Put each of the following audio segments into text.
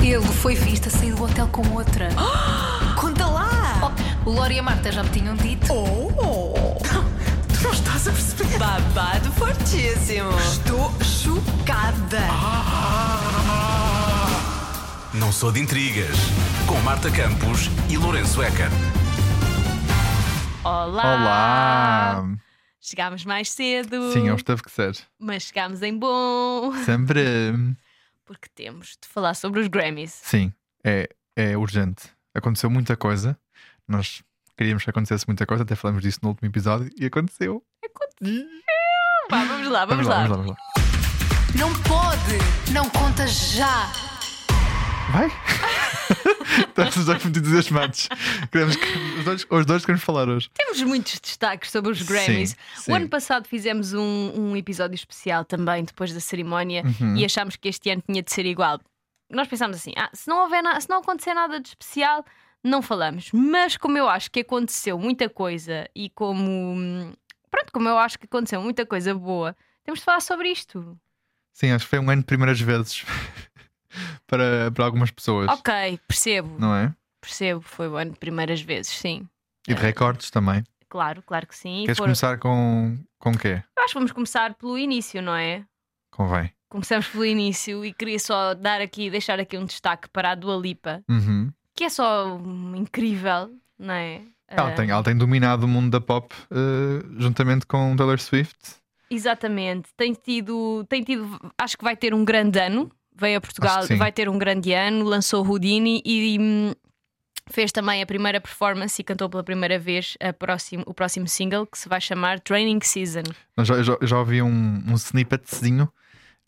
Ele foi visto a sair do hotel com outra. Conta lá! Oh, o Lori e a Marta já me tinham dito. Oh! Tu não estás a perceber? Babado fortíssimo! Estou chocada! Não sou de intrigas. Com Marta Campos e Lourenço Eker. Olá! Olá! Chegámos mais cedo, Sim, é o esteve que ser. mas chegámos em bom, Sempre. hum, porque temos de falar sobre os Grammys. Sim, é, é urgente. Aconteceu muita coisa. Nós queríamos que acontecesse muita coisa, até falamos disso no último episódio e aconteceu. Vá, vamos lá, vamos, lá. vamos lá, vamos Não pode! Não conta já! lá. Vai? Estamos os dois muito entusiasmados. Queremos que- os, dois, os dois queremos falar hoje. Temos muitos destaques sobre os Grammys. Sim, sim. O ano passado fizemos um, um episódio especial também, depois da cerimónia, Uhum. e achámos que este ano tinha de ser igual. Nós pensámos assim: ah, se não, houver na- se não acontecer nada de especial, não falamos. Mas como eu acho que aconteceu muita coisa e como. hum, Pronto, como eu acho que aconteceu muita coisa boa, temos de falar sobre isto. Sim, acho que foi um ano de primeiras vezes para, para algumas pessoas, Ok, percebo, não é? percebo. Foi o ano de primeiras vezes, sim. E de recordes também. Claro, claro que sim. Queres É. Foram- começar com com o quê? Eu Acho que vamos começar pelo início, não é? Convém. Começamos pelo início e queria só dar aqui, deixar aqui um destaque para a Dua Lipa, Uhum. que é só hum, incrível, não é? Ela, Ah, tem, ela tem dominado o mundo da pop eh, juntamente com Taylor Swift. Exatamente. Tem tido, tem tido, acho que vai ter um grande ano. Veio a Portugal, Acho que sim. vai ter um grande ano, lançou Houdini e hum, fez também a primeira performance e cantou pela primeira vez a próximo- o próximo single que se vai chamar Training Season. Mas já- Eu já, eu já ouvi um, um snippetzinho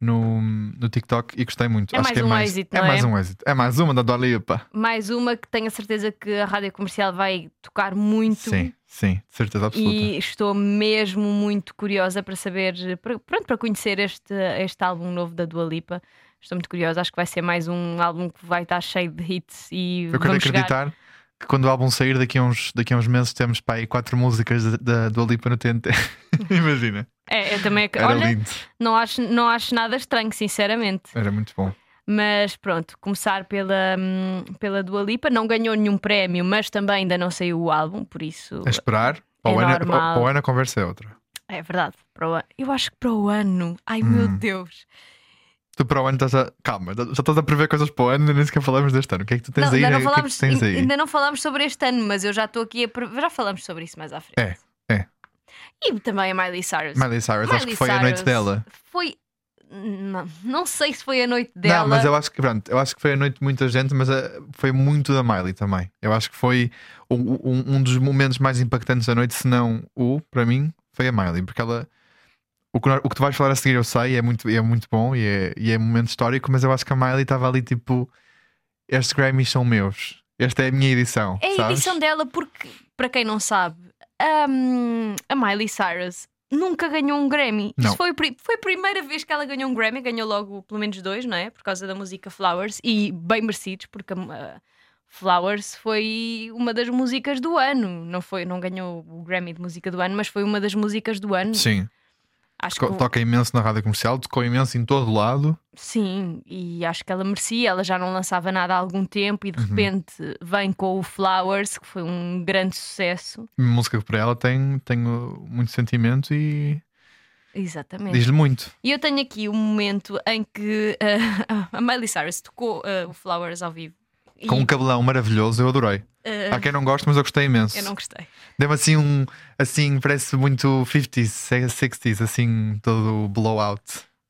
no, no TikTok e gostei muito. É Acho mais que é um mais, êxito, é não é? mais um êxito. É mais uma da Dua Lipa. Mais uma que tenho a certeza que a rádio comercial vai tocar muito. Sim, sim, de certeza absoluta. E estou mesmo muito curiosa para saber, para- pronto, para conhecer este, este álbum novo da Dua Lipa. Estou muito curiosa, acho que vai ser mais um álbum que vai estar cheio de hits e Eu quero vamos chegar- acreditar que quando o álbum sair daqui a uns, daqui a uns meses temos para aí quatro músicas da- da Dua Lipa no TNT. Imagina. É, eu também ac- Era Olha, lindo. não acho, não acho nada estranho, sinceramente. Era muito bom. Mas pronto, começar pela, hum, pela Dua Lipa, não ganhou nenhum prémio, mas também ainda não saiu o álbum, por isso A esperar. Para o É ano- normal. para o ano a conversa é outra. é verdade. Para o ano- Eu acho que para o ano, ai meu Hum. Deus, Tu para o ano estás a. Calma, já estás a prever coisas para o ano e nem sequer falamos deste ano. O que é que tu tens não, aí? ainda, né? não O que é que tu falámos, tens aí? ainda não falámos sobre este ano, mas eu já estou aqui a. pre- Já falámos sobre isso mais à frente. É, é. E também a Miley Cyrus. Miley Cyrus, acho Miley que foi a noite Cyrus dela. Foi. Não, não sei se foi a noite dela. Não, mas eu acho que pronto, eu acho que foi a noite de muita gente, mas eh, foi muito da Miley também. Eu acho que foi um, um- um dos momentos mais impactantes da noite, se não o, para mim, foi a Miley, porque ela o que, nós- o que tu vais falar a seguir eu sei, é muito, é muito bom e é, e é um momento histórico, mas eu acho que a Miley estava ali tipo estes Grammys são meus, esta é a minha edição. É a sabes? edição dela, porque, para quem não sabe, hum, a Miley Cyrus nunca ganhou um Grammy. Isto Não. foi, o pri- foi a primeira vez que ela ganhou um Grammy, ganhou logo pelo menos dois, não é? Por causa da música Flowers, e bem merecidos, porque a, a Flowers foi uma das músicas do ano. Não, foi, não ganhou o Grammy de música do ano, mas foi uma das músicas do ano. Sim, Acho Co- que, toca imenso na rádio comercial, tocou imenso em todo lado. Sim, e acho que ela merecia. Ela já não lançava nada há algum tempo e Uhum. de repente vem com o Flowers, que foi um grande sucesso. Música que para ela tem, tenho muito sentimento e Exatamente. diz-lhe muito. E eu tenho aqui um momento em que eh, a Miley Cyrus tocou eh, o Flowers ao vivo. E, Com um cabelão maravilhoso, eu adorei. eh, Há quem não goste, mas eu gostei imenso. eu não gostei. Deu-me assim um. Assim, parece muito 50s, 60s, assim, todo blowout.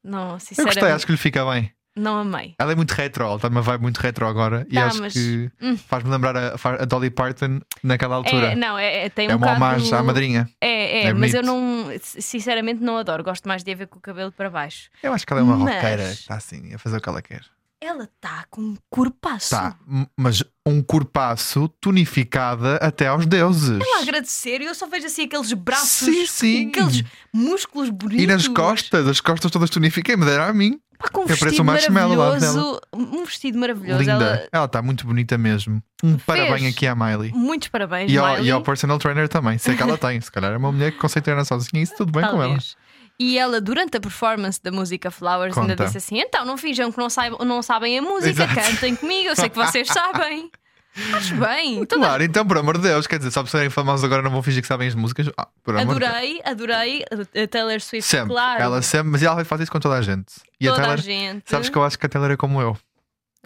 Não, Eu sinceramente, gostei, acho que lhe fica bem. não amei. Ela é muito retro, ela está numa vibe muito retro agora. e Tá, acho mas- que Hum. faz-me lembrar a, a Dolly Parton naquela altura. É, não, é, é- tem É um uma bocado... homagem à madrinha. É, é, É mas bonito. eu não, sinceramente, não adoro. Gosto mais de a ver com o cabelo para baixo. Eu acho que ela é uma Mas- roqueira que está assim, a fazer o que ela quer. Ela está com um corpaço. Tá, m- mas um corpaço tonificada até aos deuses. a agradecer e eu só vejo assim aqueles braços, Sim, sim. aqueles músculos bonitos. E nas costas, as costas todas tonifiquei, me deram a mim. Pá, com um Eu pareço vestido um marshmallow lá maravilhoso. Um vestido maravilhoso. Linda. Ela- Ela está muito bonita mesmo. Um parabéns aqui à Miley. muitos parabéns, E ao, Miley. e ao personal trainer também, sei que ela tem. Se calhar é uma mulher que consegue treinar sozinha e isso tudo bem com ela. Talvez. E ela, durante a performance da música Flowers, ainda Conta. disse assim: então, não finjam que não, saibam, não sabem a música, Exato. cantem comigo, eu sei que vocês sabem. Acho bem, toda Claro, então, por amor de Deus, quer dizer, só por serem famosos agora não vão fingir que sabem as músicas. Ah, por amor de Deus. Adorei, adorei a Taylor Swift, Sempre. claro. Ela sempre, mas ela faz isso com toda a gente. E toda a, a Taylor, gente. sabes que eu acho que a Taylor é como eu.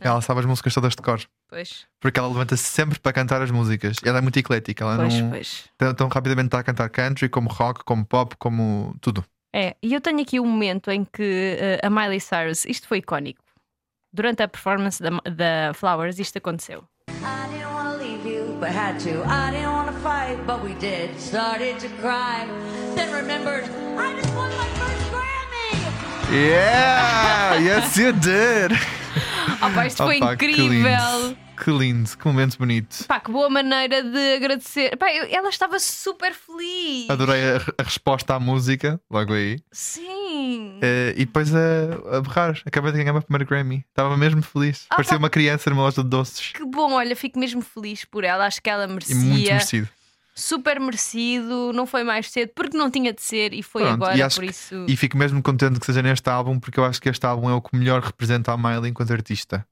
Ela sabe as músicas todas de cor. Pois, Porque ela levanta-se sempre para cantar as músicas. Ela é muito eclética. Ela pois, não pois. Tão, tão rapidamente está a cantar country, como rock, como pop, como tudo. É, e eu tenho aqui um momento em que eh, a Miley Cyrus, isto foi icónico. Durante a performance da, da Flowers, isto aconteceu. I didn't want to leave you, but had to. I didn't want to fight, but we did. Started to cry, then remembered I just won my first Grammy. Yeah! yes, you did! Oh, pá, isto foi Opa, incrível! Que Ah, lindo. que lindo, que momento bonito. Pá, que boa maneira de agradecer. Pá, eu- ela estava super feliz. Adorei a, a resposta à música, logo aí. Sim. Eh, e depois a, a berrar. Acabei de ganhar o meu primeiro Grammy. Estava mesmo feliz. Ah, Parecia pá. uma criança numa loja de doces. Que bom, olha, fico mesmo feliz por ela. Acho que ela E muito merecia. merecido. Super merecido, não foi mais cedo, porque não tinha de ser e foi Pronto, agora, e acho por que- isso. E fico mesmo contente que seja neste álbum, porque eu acho que este álbum é o que melhor representa a Miley enquanto artista.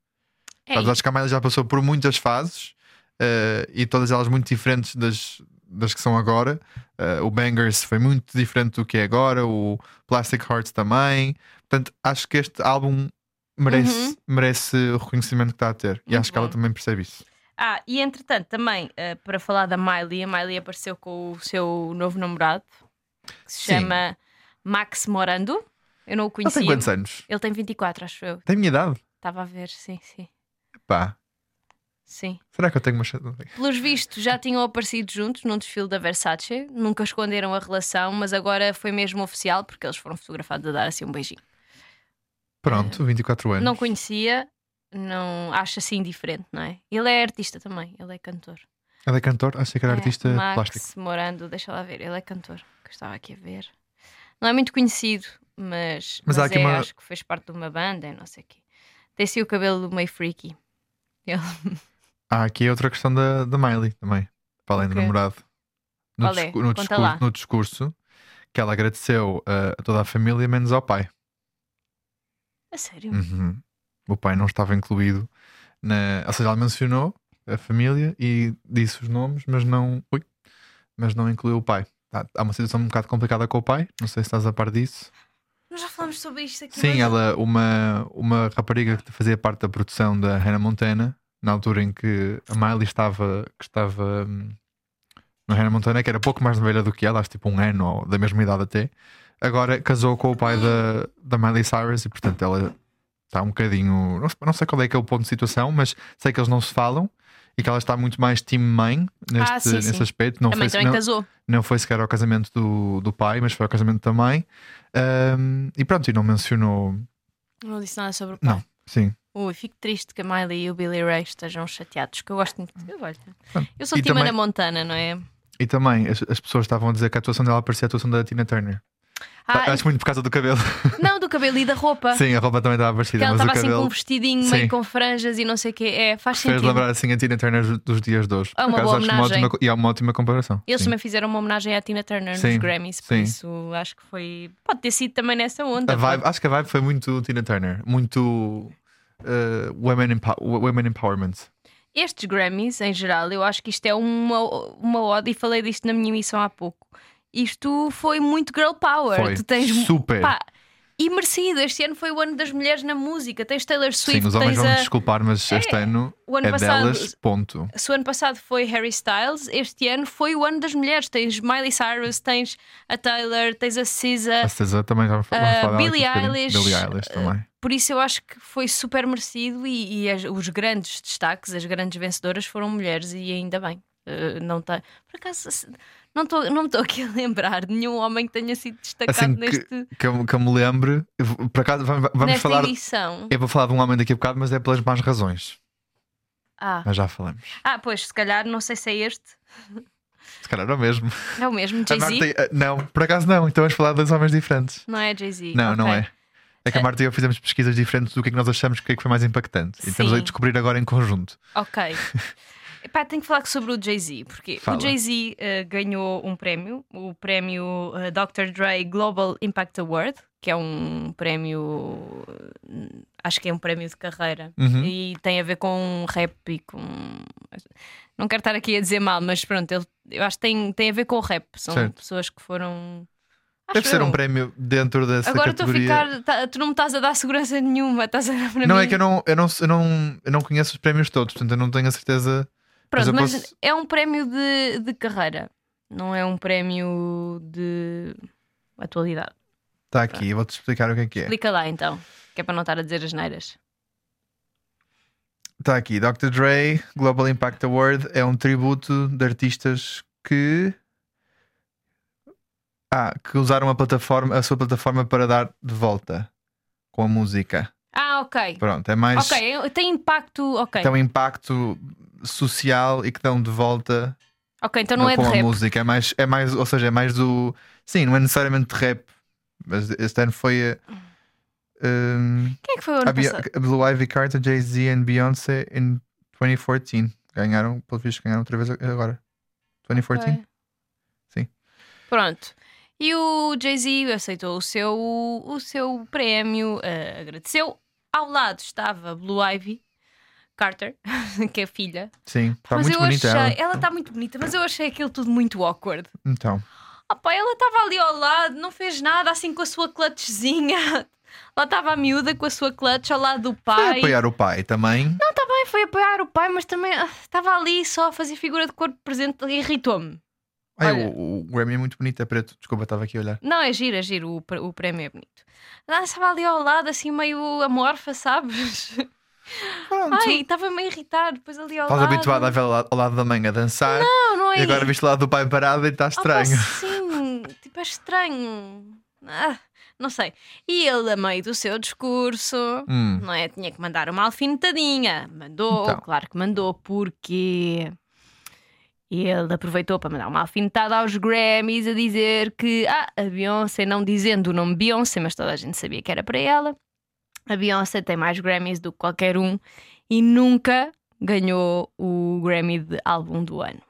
É Sabes, isso. acho que a Miley já passou por muitas fases eh, e todas elas muito diferentes das, das que são agora. Eh, o Bangers foi muito diferente do que é agora, o Plastic Hearts também. Portanto, acho que este álbum merece, Uhum. merece o reconhecimento que está a ter. e Muito acho que ela bom. também percebe isso. Ah, e entretanto, também eh, para falar da Miley, a Miley apareceu com o seu novo namorado que se Sim. chama Max Morando. Eu não o Ela conhecia. tem quantos anos? Ele tem 24, acho eu. Tem a minha idade? Estava a ver, sim, sim. Pá, Sim. será que eu tenho uma chance? Não sei. Pelos vistos, já tinham aparecido juntos num desfile da Versace, nunca esconderam a relação, mas agora foi mesmo oficial porque eles foram fotografados a dar assim um beijinho. Pronto, 24 anos. É. Não conhecia, não acho assim diferente, não é? Ele é artista também, ele é cantor. Ela é cantor? Achei que era É, artista Max plástico. Morando, deixa lá ver, ele é cantor, que eu estava aqui a ver. Não é muito conhecido, mas, Mas há aqui é, uma- acho que fez parte de uma banda e não sei o quê. Tem assim o cabelo meio freaky. Ele- Há aqui outra questão da, da Miley também, para além do Ok. namorado. No, Qual é? discu- no, Conta discur- lá. no discurso que ela agradeceu uh, a toda a família, menos ao pai. A sério? Uhum. O pai não estava incluído. Na... Ou seja, ela mencionou a família e disse os nomes, mas não, ui, mas não incluiu o pai. Há há uma situação um bocado complicada com o pai, não sei se estás a par disso. Nós já falámos sobre isto aqui. Sim, ela, uma, uma rapariga que fazia parte da produção da Hannah Montana, na altura em que a Miley estava, que estava hum, no Hannah Montana, que era pouco mais velha do que ela, acho tipo um ano ou da mesma idade até, agora casou com o pai da, da Miley Cyrus e portanto ela está um bocadinho. Não, se- não sei qual é que é o ponto de situação, mas sei que eles não se falam e que ela está muito mais time mãe neste, Ah, sim, nesse sim. aspecto. Não a mãe foi, também não, casou. não foi sequer ao casamento do, do pai, mas foi ao casamento da mãe. Ahm, e pronto, e não mencionou. Não disse nada sobre o pai. Não, sim. Ui, fico triste que a Miley e o Billy Ray estejam chateados, que eu gosto muito. Eu, olha, Pronto. eu sou Hum. E Timana também- Montana, não é? E também as, as pessoas estavam a dizer que a atuação dela parecia a atuação da Tina Turner. Ah, Acho muito por causa do cabelo. não, do cabelo e da roupa. sim, a roupa também estava que parecida, ela mas estava o assim com um cabelo vestidinho Sim. meio com franjas e não sei o quê. É, faz fez sentido. lembrar assim a Tina Turner dos- dos dias de hoje. É uma Por acaso, boa acho que é uma homenagem. ótima co- e é uma ótima comparação. Eles sim. também fizeram uma homenagem à Tina Turner nos Sim, Grammys, por sim. isso acho que foi. Pode ter sido também nessa onda. A vibe- pode- acho que a vibe foi muito Tina Turner, muito eh, women, empo- women Empowerment. Estes Grammys, em geral, eu acho que isto é uma, uma ode, e falei disto na minha emissão há pouco. Isto foi muito girl power. Foi Tu tens mu- super. pá, e merecido. Este ano foi o ano das mulheres na música. Tens Taylor Swift, sim, os homens tens vão me a. desculpar, mas este ano, O ano é passado- delas, ponto. Se o ano passado foi Harry Styles, este ano foi o ano das mulheres. Tens Miley Cyrus, tens a Taylor, tens a SZA. A César também já vamos falar Ah, dela Billie aqui um bocadinho. Eilish, Ah, Billie Eilish também. Por isso eu acho que foi super merecido e, e as- os grandes destaques, as grandes vencedoras foram mulheres e ainda bem. Eh, não tá, por acaso se- não estou não me tô aqui a lembrar de nenhum homem que tenha sido destacado Assim que- neste, que eu, que eu me lembre, eu vou- por acaso vamos, vamos nesta falar. edição. Eu vou falar de um homem daqui a bocado, mas é pelas más razões. Ah. Mas já falamos. ah, pois, se calhar, não sei se é este. Se calhar não é o mesmo. É o mesmo, A Jay-Z. Marta- ah, não, por acaso não. Então vamos falar de dois homens diferentes. Não é Jay-Z. Não, não ok. é. É que a Marta e eu fizemos pesquisas diferentes do que é que nós achamos que, é que foi mais impactante. E estamos Sim. a descobrir agora em conjunto. Ok. Epá, tenho que falar sobre o Jay-Z, porque Fala. o Jay-Z eh, ganhou um prémio, o prémio eh, Dr. Dre Global Impact Award, que é um prémio, eh, acho que é um prémio de carreira Uhum. e tem a ver com um rap e com. Não quero estar aqui a dizer mal, mas pronto, ele- eu acho que tem, tem a ver com o rap. São Certo. pessoas que foram. Deve acho ser um eu. prémio dentro dessa Agora estou a categoria. ficar. tá- tu não me estás a dar segurança nenhuma, estás a dar para Não mim. é que eu não, eu, não, eu, não, eu não conheço os prémios todos, portanto eu não tenho a certeza. mas Pronto, eu mas, posso- é um prémio de, de carreira, não é um prémio de atualidade. Está Tá aqui, vou-te explicar o que é que é. Explica lá então, que é para não estar a dizer as neiras. Está Tá aqui, Dr. Dre Global Impact Award é um tributo de artistas que. Ah, que usaram a, plataforma, a sua plataforma para dar de volta com a música. Ah, ok. Pronto, é mais. Ok, eu- tem impacto. Ok, Tem um impacto social e que dão de volta ok então não é de com a rap. música. É mais, é mais, ou seja, é mais do. Sim, não é necessariamente de rap. Mas este ano foi. eh, hum, Quem é que foi o a ano Bey- passado? a Blue Ivy Carter, Jay-Z and Beyoncé em 2014. Ganharam, pelo visto, ganharam outra vez agora. 2014? Ok. Sim. Pronto. E o Jay-Z aceitou o seu, o seu prémio, eh, agradeceu. Ao lado estava Blue Ivy Carter, que é filha. Sim, está mas Tá muito eu bonita achei, ela. está muito bonita, mas eu achei aquilo tudo muito awkward. Então, Ah pá, ela estava ali ao lado, não fez nada, assim com a sua clutchzinha. Lá estava a miúda com a sua clutch ao lado do foi pai. apoiar o pai também. Não, está bem, foi apoiar o pai, mas também ah, estava ali só a fazer figura de corpo presente, irritou-me. Ai, olha. o, o Grammy é muito bonito, é preto. Desculpa, estava aqui a olhar. Não, é giro, é giro, o, pr- o prémio é bonito. Ela estava ali ao lado, assim meio amorfa, sabes? Pronto. Ai, estava-me a irritar, depois ali ao Então, Estás lado. habituado a ver ao lado- ao lado da mãe a dançar Não, não é e agora isso. viste lá do pai parado e está Ah, pá, estranho. sim, tipo, é estranho. Ah, não sei. E ele, a meio do seu discurso, Hum. não é? Tinha que mandar uma alfinetadinha. Mandou, Então. claro que mandou, porque ele aproveitou para mandar uma alfinetada aos Grammys a dizer que ah, a Beyoncé, não dizendo o nome Beyoncé, mas toda a gente sabia que era para ela, a Beyoncé tem mais Grammys do que qualquer um e nunca ganhou o Grammy de álbum do ano.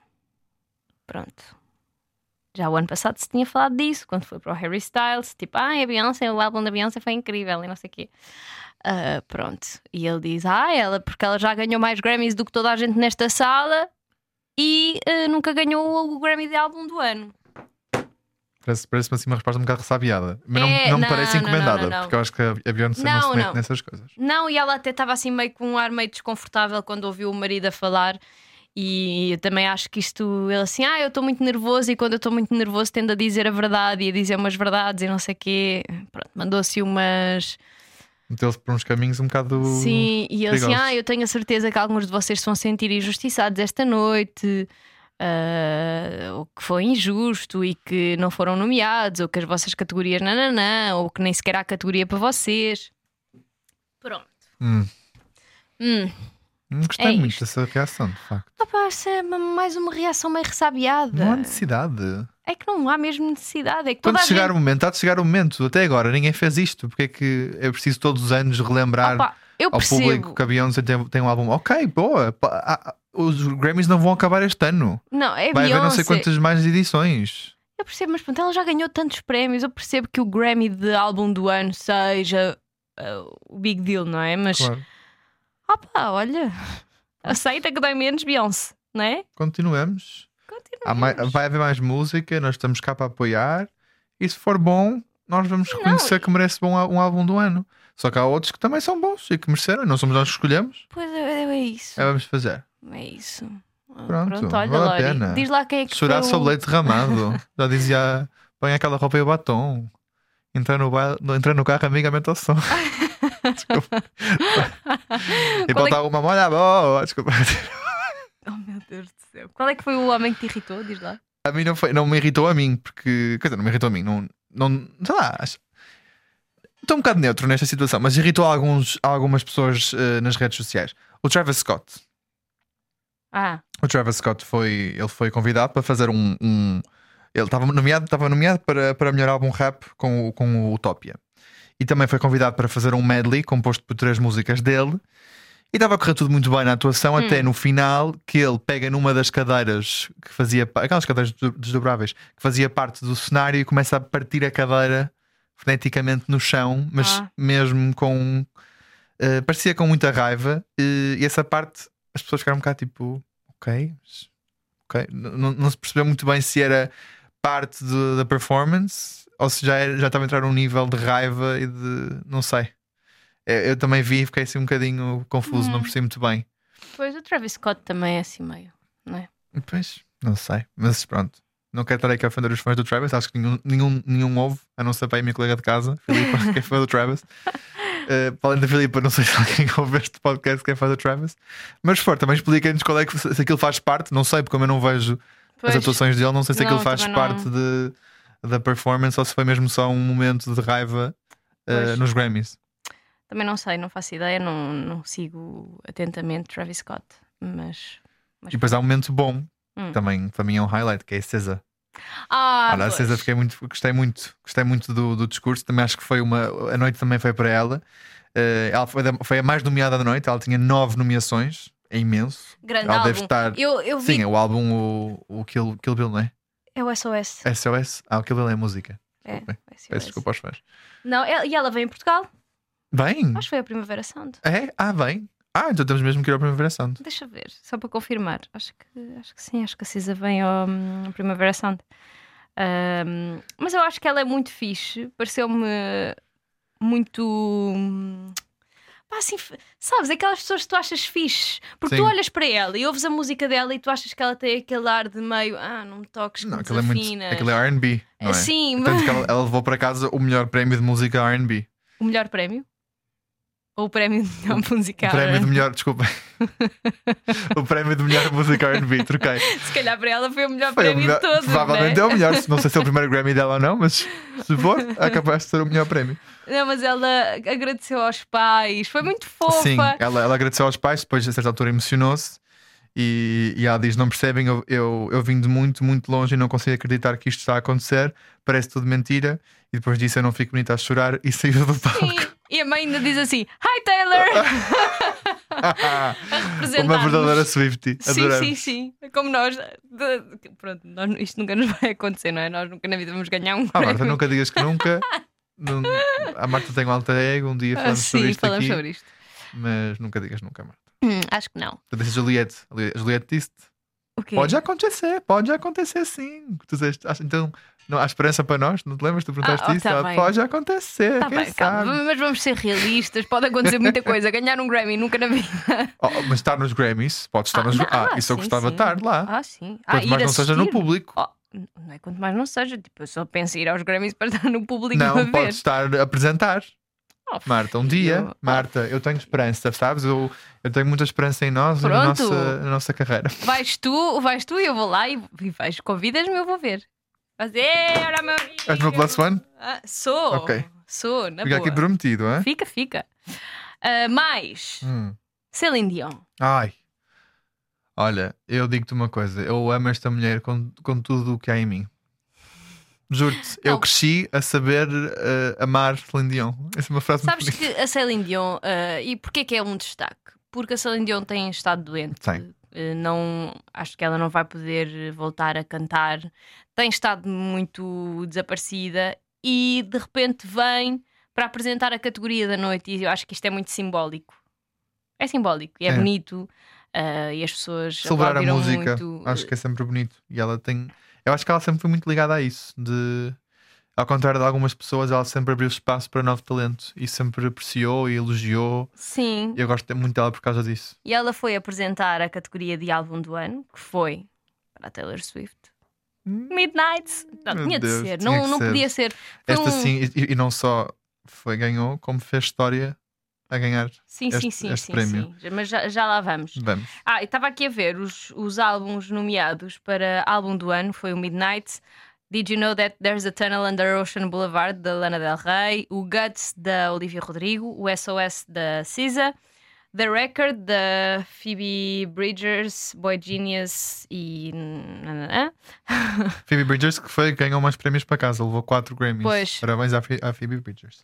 Pronto. Já o ano passado se tinha falado disso, quando foi para o Harry Styles, tipo, ai, a Beyoncé, o álbum da Beyoncé foi incrível e não sei o quê. Ah, pronto. E ele diz, ah, ela, porque ela já ganhou mais Grammys do que toda a gente nesta sala e ah, nunca ganhou o Grammy de álbum do ano. Parece- Parece-me assim uma resposta um bocado ressabiada. Mas não, É, não me não, parece não, não, encomendada, não, não. porque eu acho que a Beyoncé não, Não, se mete não. nessas coisas. Não, e ela até estava assim meio com um ar meio desconfortável quando ouviu o marido a falar. E eu também acho que isto, ele assim, ah, eu estou muito nervoso, e quando eu estou muito nervoso tendo a dizer a verdade e a dizer umas verdades e não sei o quê. Pronto, mandou-se umas. Meteu-se por uns caminhos um bocado. Sim, e ele assim, perigosos. ah, eu tenho a certeza que alguns de vocês se vão sentir injustiçados esta noite, ah, ou que foi injusto e que não foram nomeados, ou que as vossas categorias nananã, ou que nem sequer há categoria para vocês. Pronto. Hum. Hum. Não gostei É muito isto. dessa reação, de facto. Ah pá, essa é ma- mais uma reação meio Não há ressabiada. necessidade. É que não há mesmo necessidade. É que toda Quando a chegar gente... o momento, há de chegar o momento. Até agora ninguém fez isto. Porque é que é preciso todos os anos relembrar Opa, eu ao público percebo. que a Beyoncé tem, tem um álbum? Ok, boa. pa- há- há- os Grammys não vão acabar este ano. Não, é Vai haver não Beyoncé. sei quantas mais edições. Eu percebo, mas pronto, ela já ganhou tantos prémios. Eu percebo que o Grammy de álbum do ano seja ah, o big deal, não é? Mas, Claro. opá, olha, aceita que dói menos Beyoncé, não é? Continuamos. Há mai- Continuamos. vai haver mais música, nós estamos cá para apoiar. E se for bom, nós vamos reconhecer que merece bom á- um álbum do ano. Só que há outros que também são bons e que mereceram. Não somos nós que escolhemos. Pois é, é isso. É, vamos fazer. É isso. Ah, Pronto, olha, vale a Lori, pena. diz lá quem é que Chorar foi o- sobre leite derramado. Já dizia, põe aquela roupa e o batom. Entrar no, baile, entrar no carro amigamente ao som. Desculpa. e Qual é que- botar uma molha boa. Desculpa. Oh, meu Deus do céu. Qual é que foi o homem que te irritou? Diz lá. A mim não foi, não me irritou a mim, porque. Quer dizer, não me irritou a mim. Não, não, sei lá. acho- Estou um bocado neutro nesta situação, mas irritou alguns, algumas pessoas eh, nas redes sociais. O Travis Scott. Ah, O Travis Scott foi, ele foi convidado para fazer um. um- ele estava nomeado, estava nomeado para, para melhor álbum rap com, o- com o Utopia. E também foi convidado para fazer um medley composto por três músicas dele. E estava a correr tudo muito bem na atuação, até no final que ele pega numa das cadeiras que fazia pa- aquelas cadeiras desdo- desdobráveis que fazia parte do cenário e começa a partir a cadeira freneticamente no chão, mas Ah. mesmo com eh, parecia com muita raiva, eh, e essa parte as pessoas ficaram um bocado tipo, ok, mas- ok, N- n- não se percebeu muito bem se era parte de- da performance ou se já, era- já estava a entrar num nível de raiva e de não sei. Eh, Eu também vi e fiquei assim um bocadinho confuso, não percebi muito bem. Pois o Travis Scott também é assim meio. Pois, não sei, mas pronto. Não quero estar aqui a ofender os fãs do Travis, acho que nenhum, nenhum, nenhum ouve, a não ser para a minha colega de casa, Filipa, que é fã do Travis. Eh, para além da Filipa, não sei se alguém ouve este podcast que é fã do Travis. Mas se for, também expliquem-nos qual é que, se aquilo faz parte, não sei, porque como eu não vejo Pois, as atuações dele, não sei se Não, aquilo faz também não. parte de, da performance ou se foi mesmo só um momento de raiva eh, Pois. nos Grammys. Também não sei, não faço ideia, não, não sigo atentamente Travis Scott. Mas. mas E depois há um momento bom, Hum. que também para mim é um highlight, que é a César. Ah, Olha, a pois. César, fiquei muito, gostei muito, gostei muito do, do discurso. Também acho que foi uma. A noite também foi para ela. Eh, ela foi, da- foi a mais nomeada da noite, ela tinha nove nomeações, é imenso. Grande ela álbum. deve estar. Eu, eu vi. Sim, é o álbum, o, o Kill, Kill Bill, não é? É o SOS. SOS? Ah, o Kill Bill é a música. É, Desculpem. o SOS. Peço desculpa aos fãs. Não, ela- e ela veio em Portugal. Bem, Acho que foi a Primavera Sound. é? Ah, bem. Ah, então temos mesmo que ir ao Primavera Sound. Deixa ver, só para confirmar. Acho que, acho que sim, acho que a Cisa vem ao hum, Primavera Sound. Ahm, mas eu acho que ela é muito fixe. Pareceu-me muito. hum, pá, assim, f- sabes, aquelas pessoas que tu achas fixe. Porque Sim. tu olhas para ela e ouves a música dela e tu achas que ela tem aquele ar de meio. Ah, não me toques, que Não, me aquilo é muito. desafinas." Aquilo é RB, não é? Sim, Tanto mas... que ela, ela levou para casa o melhor prémio de música RB. o melhor prémio? Ou o prémio de melhor musical? O prémio de melhor, desculpa. o prémio de melhor música RB, troquei. Se calhar para ela foi o melhor Foi o prémio melhor, de todos. provavelmente né? é o melhor. Não sei se é o primeiro Grammy dela ou não, mas se for, é capaz de ser o melhor prémio. Não, mas ela agradeceu aos pais, foi muito fofa. Sim, ela, ela agradeceu aos pais, depois a certa altura emocionou-se e, e ela diz: Não percebem, eu, eu, eu vim de muito, muito longe e não consigo acreditar que isto está a acontecer, parece tudo mentira. E depois disso eu não fico bonita a chorar e saiu do palco. Sim. E a mãe ainda diz assim: Hi Taylor! Uma Representar-nos. verdadeira Swifty. Sim, sim, sim. É Como nós. de- Pronto, nós- isto nunca nos vai acontecer, não é? Nós nunca na vida vamos ganhar um. Ah, prémio. Marta, nunca digas que nunca. Não- a Marta tem um alter ego, um dia Ah, falamos sobre sim, isto falamos aqui, sobre isto. mas nunca digas nunca, Marta. Hum, acho que não. Portanto, essa Juliette, Ali- Juliette disse-te: O quê? pode acontecer, pode acontecer sim. Tu disseste, "Ah, então, não há esperança para nós, não te lembras? Tu perguntaste Ah, oh, isso? tá Ela, bem. pode acontecer, Tá quem bem, sabe? calma, mas vamos ser realistas. Pode acontecer muita coisa. Ganhar um Grammy nunca na vida. Oh, mas estar nos Grammys, pode estar Ah, nos. não, Ah, isso eu sim, gostava de sim. estar lá. Ah, sim. Ah, Quanto mais ir não seja no assistir. público. Oh, n- não é quanto mais não seja, tipo, eu só penso em ir aos Grammys para estar no público a Não, ver. pode estar a apresentar. Oh, Marta, um dia, filho. Marta, eu tenho esperança, sabes? Eu, eu tenho muita esperança em nós e na Pronto. nossa, na nossa carreira. Vais tu, vais tu e eu vou lá e, e vais, convidas-me, eu vou ver. Mas é, ora, meu amigo. És meu plus one? Ah, sou. Ok. Sou, na Fica boa. aqui prometido, é? Fica, fica. Ah, mais, Hum. Celine Dion. Ai. Olha, eu digo-te uma coisa, eu amo esta mulher com, com tudo o que há em mim. Juro-te, eu Não. cresci a saber eh, amar Celine Dion. Essa é uma frase Sabes muito que a Celine Dion, ah, e porquê que é um destaque? Porque a Celine Dion tem estado doente. Tem. Ah, não, acho que ela não vai poder voltar a cantar. Tem estado muito desaparecida e de repente vem para apresentar a categoria da noite. E eu acho que isto é muito simbólico. É simbólico e é, É. bonito. ah, e as pessoas celebrar a aplaudiram música. muito. eh, Acho que é sempre bonito. E ela tem. Eu acho que ela sempre foi muito ligada a isso. De ao contrário de algumas pessoas, ela sempre abriu espaço para novo talento e sempre apreciou e elogiou. Sim. Eu gosto muito dela por causa disso. E ela foi apresentar a categoria de álbum do ano, que foi para a Taylor Swift. Midnight! Não, Hum. Meu tinha Deus, de ser, tinha não, que não ser. podia ser. Foi Esta um- sim, e, e não só foi ganhou, como fez história a ganhar. Sim, este- sim, sim, este sim, prémio. sim. Mas já, já lá vamos. Vamos. Ah, eu estava aqui a ver os, os álbuns nomeados para álbum do ano: foi o Midnight, Did You Know That There's a Tunnel Under Ocean Boulevard da Lana Del Rey, o Guts da Olivia Rodrigo, o SOS da SZA, The Record da Phoebe Bridgers, Boy Genius e. nananã. Phoebe Bridgers, que foi quem ganhou mais prémios para casa, levou 4 Grammys. Pois. Parabéns à, Phe- à Phoebe Bridgers.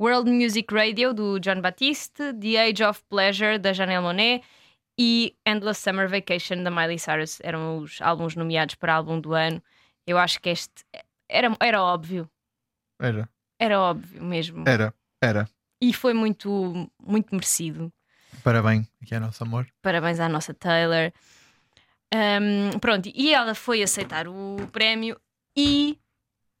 World Music Radio, do John Batiste, The Age of Pleasure, da Janelle Monet e Endless Summer Vacation, da Miley Cyrus. Eram os álbuns nomeados para álbum do ano. Eu acho que este era, era óbvio, Era, era óbvio mesmo. era, era. E foi muito, muito merecido. Parabéns, aqui é nosso amor. Parabéns à nossa Taylor. Ahm, pronto, e ela foi aceitar o prémio e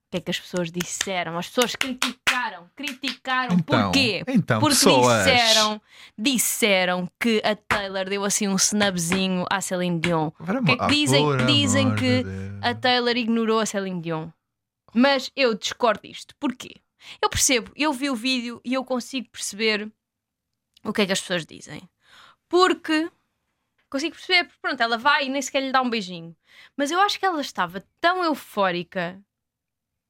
o que é que as pessoas disseram? As pessoas criticaram, criticaram. Então, Porquê? então, Porque pessoas. disseram, disseram que a Taylor deu assim um snubzinho à Celine Dion. Para que é que amor- dizem- por dizem amor que de Deus. A Taylor ignorou a Celine Dion. Mas eu discordo disto. Porquê? Eu percebo, eu vi o vídeo e eu consigo perceber o que é que as pessoas dizem. Porque consigo perceber, porque pronto, ela vai e nem sequer lhe dá um beijinho. Mas eu acho que ela estava tão eufórica.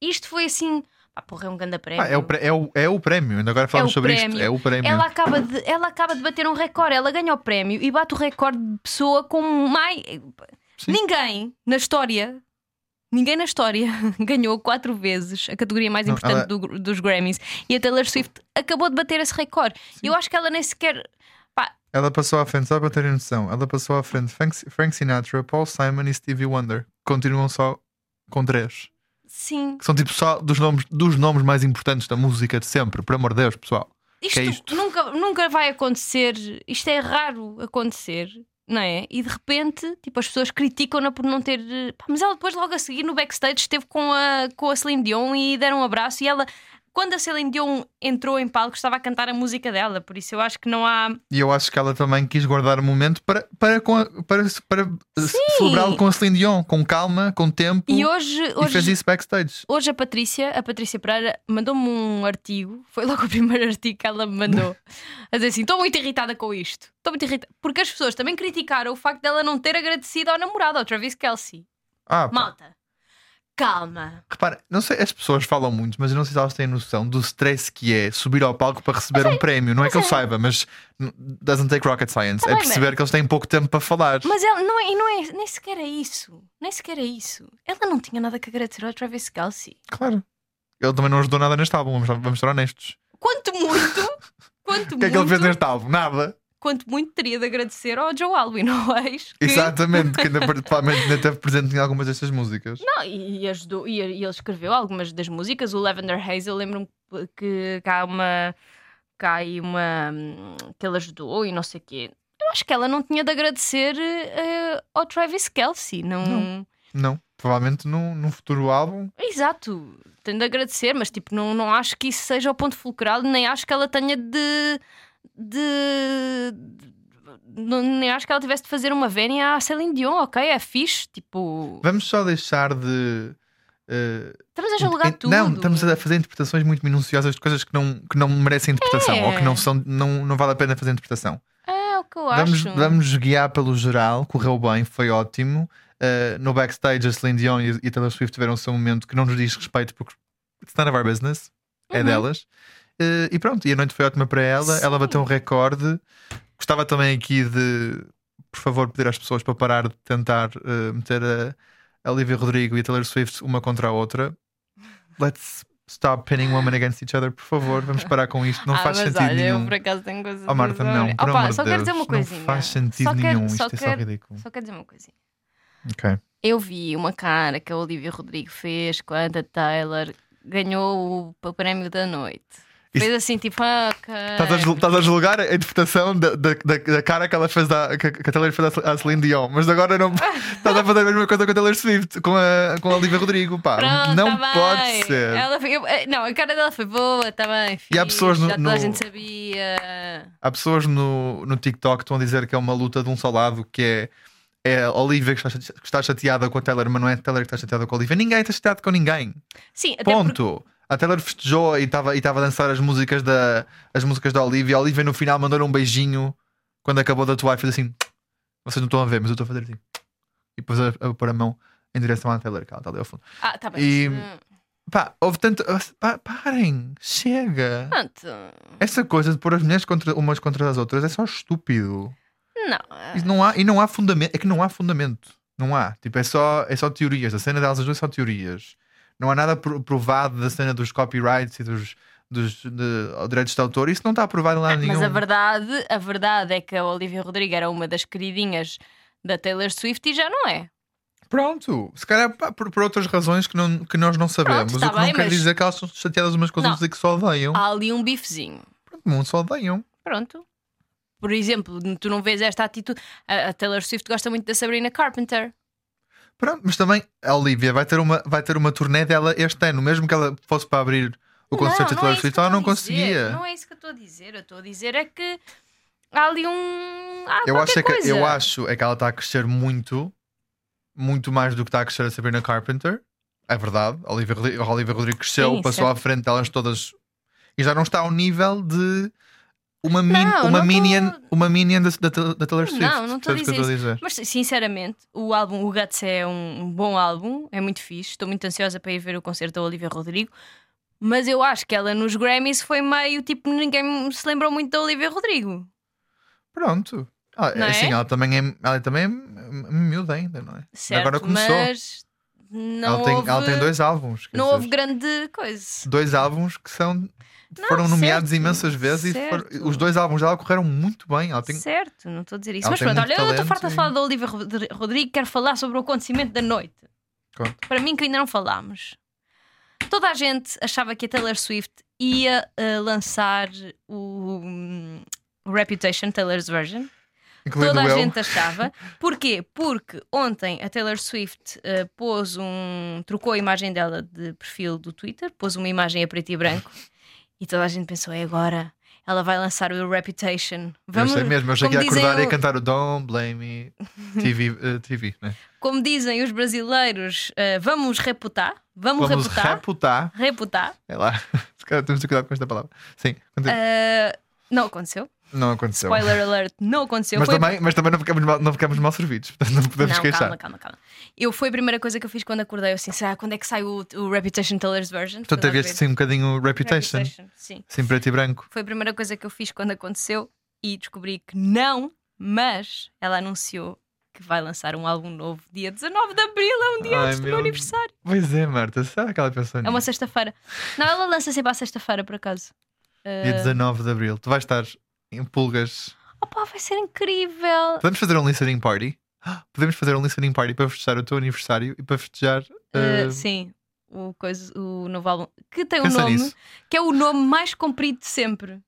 Isto foi assim. Pá, porra, é um grande prémio. Ah, é, o, pré- é, o, é o prémio, ainda agora falamos o sobre isto. prémio. É o prémio. Ela acaba, de, ela acaba de bater um recorde, ela ganha o prémio e bate o recorde de pessoa com mais. Sim. Ninguém na história. Ninguém na história ganhou quatro vezes a categoria mais Não, importante ela- do- dos Grammys e a Taylor Swift acabou de bater esse recorde. Eu acho que ela nem sequer. Pá, Ela passou à frente, só para terem noção, ela passou à frente Frank, Frank Sinatra, Paul Simon e Stevie Wonder. Continuam só com três. sim. Que são tipo só dos nomes, dos nomes mais importantes da música de sempre, por amor de Deus, pessoal. Isto, Que é isto? Nunca, nunca vai acontecer. Isto é raro acontecer, não é? E de repente, tipo, as pessoas criticam-na por não ter. eh, Pá, mas ela depois, logo a seguir, no backstage, esteve com a, com a Celine Dion e deram um abraço. E ela, quando a Celine Dion entrou em palco, estava a cantar a música dela. Por isso eu acho que não há. E eu acho que ela também quis guardar o momento para, para, com a- para, para celebrá-lo com a Celine Dion, com calma, com tempo. E hoje. e fez hoje... isso backstage. Hoje a Patrícia, a Patrícia Pereira, mandou-me um artigo. Foi logo o primeiro artigo que ela me mandou. A dizer assim: estou muito irritada com isto. Estou muito irritada. Porque as pessoas também criticaram o facto dela não ter agradecido ao namorado, ao Travis Kelsey. Ah, pá. Malta, calma. Repara, não sei, as pessoas falam muito, mas eu não sei se elas têm noção do stress que é subir ao palco para receber um prémio. Não é que eu saiba, mas n- doesn't take rocket science. Tá é bem, perceber que eles têm pouco tempo para falar. Mas ela não é, e não é, nem sequer é isso. Nem sequer é isso. Ela não tinha nada que agradecer ao Travis Kelsey. Claro. Ele também não ajudou nada neste álbum, vamos, vamos ser honestos. Quanto muito, quanto O que é que ele fez muito, neste álbum? Nada. quanto muito teria de agradecer ao Joe Alwyn, ao ex. que- Exatamente, que ainda, provavelmente ainda esteve presente em algumas destas músicas. Não, e, e ajudou, e, e ele escreveu algumas das músicas. O Lavender Haze, eu lembro-me que, que há uma. que há aí uma. hum, que ele ajudou e não sei o quê. Eu acho que ela não tinha de agradecer eh, ao Travis Kelsey, não. Não. Provavelmente num, num futuro álbum. Exato, tem de agradecer, mas tipo, não, não acho que isso seja o ponto fulcral, nem acho que ela tenha de. de. de- não- nem acho que ela tivesse de fazer uma vénia à Celine Dion, ok? É fixe, tipo. Vamos só deixar de. eh, Estamos a julgar Ent- tudo. Não, estamos a fazer interpretações muito minuciosas de coisas que não, que não merecem interpretação É. ou que não, são, não, não vale a pena fazer interpretação. É o que eu Vamos, acho. vamos guiar pelo geral, correu bem, foi ótimo. Uh, no backstage, a Celine Dion e e a Taylor Swift tiveram o seu momento que não nos diz respeito porque it's none of our business, é Uhum. delas. Uh, e pronto, e a noite foi ótima para ela, ela bateu um recorde. Gostava também aqui de, por favor, pedir às pessoas para parar de tentar uh, meter a, a Olivia Rodrigo e a Taylor Swift uma contra a outra. Let's stop pinning women against each other, por favor, vamos parar com isto, não ah, faz mas sentido olha, nenhum. Eu por acaso tenho coisas Oh, Marta, a dizer. não, por Opa, amor de só quero dizer Deus, uma coisinha. Não faz sentido só quero, nenhum, só isto é só quero- ridículo. Só quero dizer uma coisinha. Ok. Eu vi uma cara que a Olivia Rodrigo fez quando a Taylor ganhou o prémio da noite. Isso- Fez assim, tipo, ah, cara. Estás a, jul- estás a julgar a interpretação da, da, da- da cara que ela fez da, que, que a Taylor fez à Celine Dion, mas agora não estás a fazer a mesma coisa com a Taylor Swift, com a, com a Olivia Rodrigo, pá. Pronto, não tá pode bem. ser. Ela foi- eu- eh, não, a cara dela foi boa, está bem. E há fixe, pessoas no- Já toda a no- gente sabia. Há pessoas no, no TikTok que estão a dizer que é uma luta de um só lado, que é. É a Olivia que está, chate- que está chateada com a Taylor, mas não é a Taylor que está chateada com a Olivia. Ninguém está chateado com ninguém. Sim, até porque Ponto. A Taylor festejou e estava e estava a dançar as músicas da as músicas da Olivia. A Olivia no final mandou um beijinho quando acabou de atuar, fez assim. Vocês não estão a ver, mas eu estou a fazer assim. E depois a, a pôr a mão em direção à Taylor, que ela está ali ao fundo. Ah, tá bem. E- Hum, Pá, houve tanto. Pá, parem, chega. Pronto. Essa coisa de pôr as mulheres contra, umas contra as outras é só estúpido. Não. eh, E não há, e não há fundamento. É que não há fundamento. Não há. Tipo, é só, é só teorias. A cena delas as duas são teorias. Não há nada pro- provado da cena dos copyrights e dos, dos de- direitos de autor, isso não está aprovado em lado nenhum. Ah, Mas a verdade, a verdade é que a Olivia Rodrigo era uma das queridinhas da Taylor Swift e já não é. Pronto, se calhar pá, por, por outras razões que, não- que nós não sabemos. tá o que bem, não quer mas- dizer que elas são chateadas umas com as Não. outras e que só odeiam. Há ali um bifezinho. Pronto, não só odeiam. Pronto. Por exemplo, tu não vês esta atitude. A a Taylor Swift gosta muito da Sabrina Carpenter. Pronto, mas também a Olivia vai ter uma, vai ter uma turnê dela este ano, mesmo que ela fosse para abrir o concerto de é Taylor isso Swift, que eu ela não estou a dizer. conseguia. Não é isso que eu estou a dizer. Eu estou a dizer é que há ali um. Há eu, qualquer acho é que, coisa. eu acho é que ela está a crescer muito, muito mais do que está a crescer a Sabrina Carpenter. É verdade, a Olivia, Rodri- a Olivia Rodrigo cresceu, Sim, passou à frente delas todas e já não está ao nível de uma, min- Não, uma não tô- minion, uma minion da, da- da Taylor Swift. Não, não tô a Percebes o que eu dizer tô a dizer. Mas sinceramente, o álbum O Guts é um um bom álbum, é muito fixe. Estou muito ansiosa para ir ver o concerto da Olivia Rodrigo. Mas eu acho que ela nos Grammys foi meio tipo, ninguém se lembrou muito da Olivia Rodrigo. Pronto. Ah, é Não é? assim, ela também é, ela também é miúda ainda, não é? Certo, Agora começou. mas não ela, tem, houve, ela tem dois álbuns. quer não dizer, houve grande coisa. Dois álbuns que são, foram certo, nomeados imensas vezes certo. e foram- os dois álbuns dela correram muito bem. Ela tem, Certo, não estou a dizer isso. Ela mas tem pronto, muito olha, eu estou talento farta de e- falar da Olivia Rod- Rodrigo, quero falar sobre o acontecimento da noite. Conta. Para mim, que ainda não falámos. Toda a gente achava que a Taylor Swift ia eh, lançar o hum, Reputation Taylor's Version. incluindo Toda a eu. gente achava. Porquê? Porque ontem a Taylor Swift eh, pôs um. trocou a imagem dela de perfil do Twitter, pôs uma imagem a preto e branco e toda a gente pensou: é agora, ela vai lançar o Reputation. eu sei mesmo, eu achei que como ia acordar e dizem ia o- cantar o Don't Blame Me TV, eh, TV né? Como dizem os brasileiros, eh, vamos reputar, vamos, Vamos reputar, reputar. reputar. É lá. Se calhar temos de cuidar com esta palavra. Sim, conti- Eh, não aconteceu. não aconteceu. Spoiler alert, não aconteceu. Mas Foi- também, mas também não, ficamos mal, não ficamos mal servidos, portanto não podemos não, queixar. calma, calma, calma. Eu foi a primeira coisa que eu fiz quando acordei. Eu assim, será quando é que sai o, o Reputation Taylor's Version? Fui Portanto, lá havias ver. assim um bocadinho reputation, Sim. assim preto e branco. Foi a primeira coisa que eu fiz quando aconteceu e descobri que não, mas ela anunciou que vai lançar um álbum novo dia 19 de abril, é um dia Ai, antes do meu meu- aniversário. Pois é, Marta, será que ela pensou É nisso? uma sexta-feira. Não, ela lança sempre à sexta-feira, por acaso. Dia 19 de Abril, tu vais estar em pulgas. Opa, vai ser incrível! Podemos fazer um listening party? Ah, Podemos fazer um listening party para festejar o teu aniversário e para festejar. Uh, ah, sim, o, coisa, o novo álbum que tem um pensa nome nisso. que é o nome mais comprido de sempre.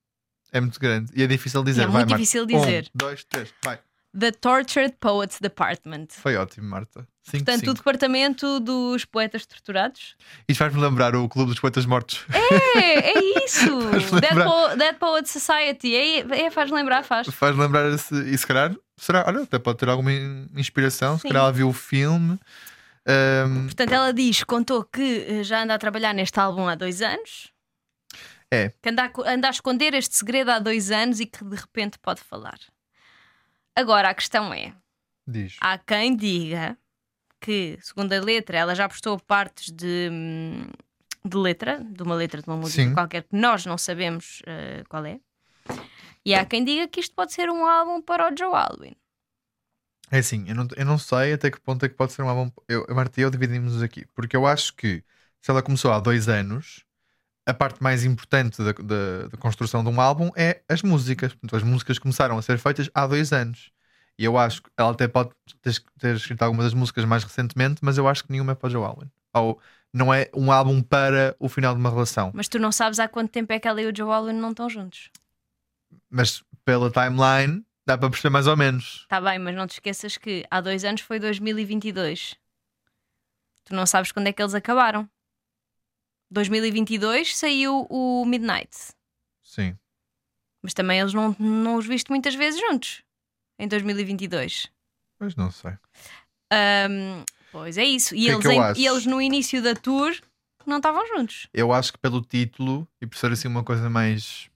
É muito grande e é difícil E dizer. é vai, muito Marta. difícil Um, dizer. dois, três, vai. The Tortured Poets Department. Foi ótimo, Marta. Cinco, Portanto, o cinco. departamento dos poetas torturados. Isto faz-me lembrar o Clube dos Poetas Mortos. É, é isso! Faz-me Dead, lembrar. po Dead Poet Society. É, é, faz lembrar, faz. faz lembrar esse. E se calhar, será? Olha, até pode ter alguma in- inspiração. Se Sim. calhar ela viu o filme. Ahm, Portanto, ela diz, contou que eh, já anda a trabalhar neste álbum há dois anos. É. Que anda a, co- anda a esconder este segredo há dois anos e que de repente pode falar. Agora, a questão é: diz. há quem diga que, segundo a letra, ela já postou partes de, hum, de letra, de uma letra de uma música Sim. qualquer que nós não sabemos eh, qual é. E há quem diga que isto pode ser um álbum para o Joe Alwyn. É assim, eu não, eu não sei até que ponto é que pode ser uma bom. Eu, a Marta e eu dividimos-nos aqui, porque eu acho que se ela começou há dois anos, a parte mais importante da, da- da construção de um álbum é as músicas. Portanto, as músicas começaram a ser feitas há dois anos. E eu acho que ela até pode ter, es- ter escrito algumas das músicas mais recentemente, mas eu acho que nenhuma é para o Joe Alwyn. Ou não é um álbum para o final de uma relação. Mas tu não sabes há quanto tempo é que ela e o Joe Alwyn não estão juntos. Mas pela timeline dá para perceber mais ou menos. Está Tá bem, mas não te esqueças que há dois anos foi 2022. Tu não sabes quando é que eles acabaram. 2022 saiu o Midnight, Sim. mas também eles não, não os viste muitas vezes juntos em 2022. Mas não sei. Ahm, pois é isso. E, Que é eles, que eu em- acho? e eles no início da tour não estavam juntos. eu acho que pelo título e por ser assim uma coisa mais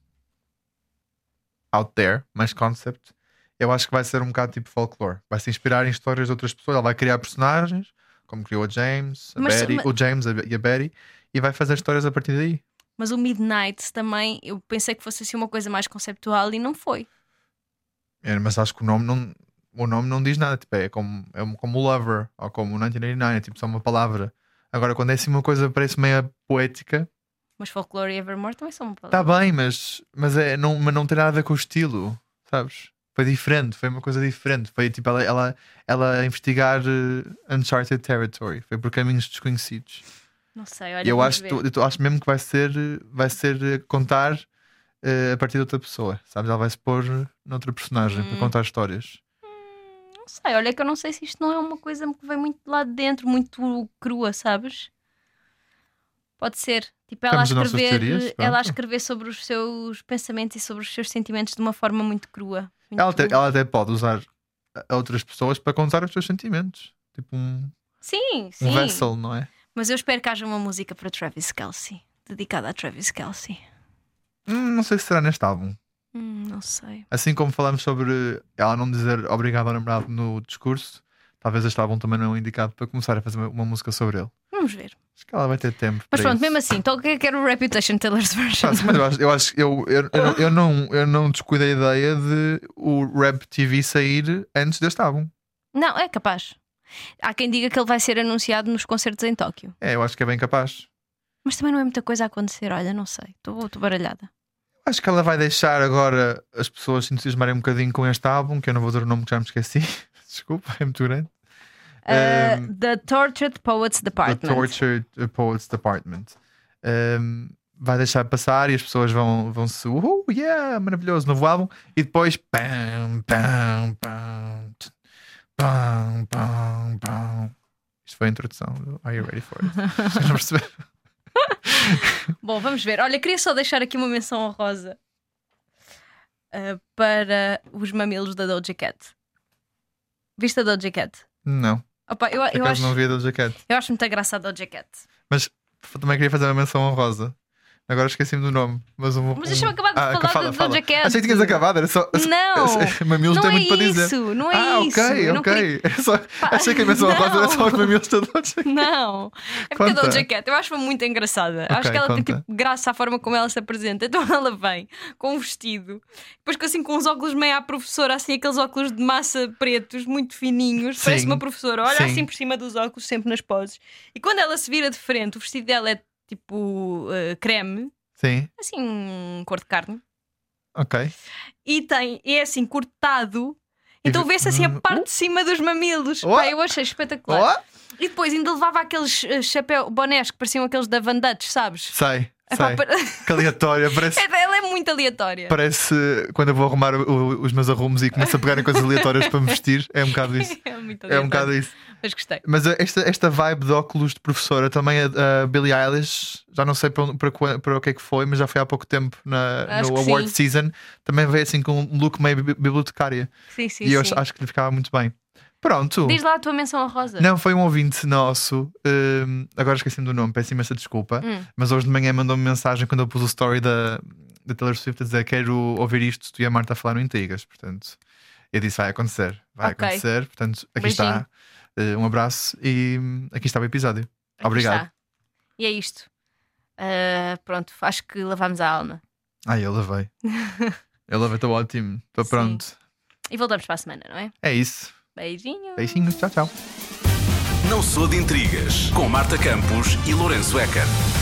out there, mais concept, eu acho que vai ser um bocado tipo folclore. Vai se inspirar em histórias de outras pessoas. Ela vai criar personagens, como criou a James, a Mas- Betty, mas- o James a- e a Betty, e vai fazer histórias a partir daí. Mas o Midnight também, eu pensei que fosse assim uma coisa mais conceptual e não foi. É, mas acho que o nome não. O nome não diz nada, tipo, é como, é um- como Lover ou como 1999, é tipo só uma palavra. Agora, quando é assim uma coisa parece meio poética, Mas Folklore e Evermore também são uma palavra. Está Tá bem, mas, mas, é, não, mas não tem nada a ver com o estilo, sabes? Foi diferente, foi uma coisa diferente. Foi tipo ela, ela, ela a investigar eh, Uncharted Territory, foi por caminhos desconhecidos. Não sei, olha. E eu vamos acho, ver. tu- eu acho mesmo que vai ser, eh, vai ser eh, contar eh, a partir de outra pessoa, sabes? Ela vai se pôr noutra personagem Uhum. para contar histórias. Não sei, olha que eu não sei se isto não é uma coisa que vem muito lá de dentro, muito crua, sabes? Pode ser. Tipo, ela a Temos as nossas escrever, teorias, ela a pronto. escrever sobre os seus pensamentos e sobre os seus sentimentos de uma forma muito crua. muito- Ela até, ela até pode usar a- a outras pessoas para contar os seus sentimentos. Tipo um, Sim, sim. um vessel, não é? Mas eu espero que haja uma música para Travis Kelsey, dedicada a Travis Kelsey. Hum, não sei se será neste álbum. Hum, não sei. Assim como falamos sobre ela não dizer obrigado ao namorado no discurso, talvez este álbum também não é indicado para começar a fazer uma, uma música sobre ele. Vamos ver. Acho que ela vai ter tempo. Mas para pronto, isso. mesmo assim, então o que é que era o Reputation Taylor's version? Ah, sim, mas eu acho, eu, acho eu, eu, eu, não- eu não, eu não descuido a ideia de o Rap TV sair antes deste álbum. Não, é capaz. Há quem diga que ele vai ser anunciado nos concertos em Tóquio. É, eu acho que é bem capaz. Mas também não é muita coisa a acontecer, olha, não sei. Estou estou baralhada. Acho que ela vai deixar agora as pessoas se entusiasmarem um bocadinho com este álbum, que eu não vou dizer o nome que já me esqueci. Desculpa, é muito grande. Uh, Um, the Tortured Poets The Department. Tortured Poets Department. Um, vai deixar passar e as pessoas vão, vão se. Uhul, yeah, maravilhoso, novo álbum. E depois. Pam, pam, pam, tch, pam, pam, pam. Isto foi a introdução. do Are you ready for it? Já não perceberam? Bom, vamos ver. Olha, queria só deixar aqui uma menção honrosa uh, para os mamilos da Doja Cat. Viste a Doja Cat? Não, Opa, eu, por eu, acaso acho, não vi a Doja Cat. eu acho muito engraçada a Doja Cat. Mas também queria fazer uma menção honrosa. Agora esqueci-me do nome. Mas, um, Mas deixa-me acabar de Ah, falar fala, de fala. Doja Cat. Achei que tinhas acabado, era só. Não, Mamilos não tem é muito para dizer. isso, não é ah, isso. ok, Eu não queria- ok. É só- Achei que a menção rosa era só os mamilos da Doja. Não, é porque Conta. a Doja Cat eu acho-a muito engraçada. Ok, acho que ela tem conta. tipo graça à forma como ela se apresenta. Então ela vem com um vestido, depois com assim com uns óculos meio à professora, assim aqueles óculos de massa pretos, muito fininhos. Sim. Parece uma professora, olha Sim. assim por cima dos óculos, sempre nas poses. E quando ela se vira de frente, o vestido dela é tipo eh, creme, Sim, assim cor de carne, ok. e tem, e é assim cortado. E Então vê- vê-se assim a Hum, parte de cima dos mamilos. Oh. Pá, eu achei espetacular. Olá? E depois ainda levava aqueles eh, chapéu bonés que pareciam aqueles da Van Dutch, sabes? Sai, Epá, sai. pa- Que aleatória. Parece, Ela é muito aleatória. parece quando eu vou arrumar o- os meus arrumos e começo a pegar em coisas aleatórias para me vestir. É um bocado isso. É muito É um bocado aleatória. isso. Mas gostei. Mas a- esta, esta vibe de óculos de professora também, a, a Billie Eilish, já não sei para, onde- para, qua- para o que é que foi, mas já foi há pouco tempo na, Acho no que Award sim. Season, também veio assim com um look meio bi- bibliotecária. Sim, sim, e eu sim. acho, acho que lhe ficava muito bem. Pronto. Diz lá a tua menção a Rosa. Não, foi um ouvinte nosso. hum, agora esqueci-me do nome, peço imensa desculpa. Hum. Mas hoje de manhã mandou-me mensagem quando eu pus o story da, da Taylor Swift a dizer: Quero ouvir isto, tu e a Marta falaram em Intrigas. Portanto, eu disse: Vai acontecer, vai Ok. acontecer. Portanto, aqui Beijinho. está. eh, um abraço e hum, aqui está o episódio. Aqui Obrigado. está. E é isto. Ah, pronto, acho que lavámos a alma. Ai, eu lavei. eu lavei, estou ótimo, estou Sim. pronto. E voltamos para a semana, não é? É isso. Beijinho. Beijinhos, tchau, tchau. Não sou de intrigas com Marta Campos e Lourenço Eker.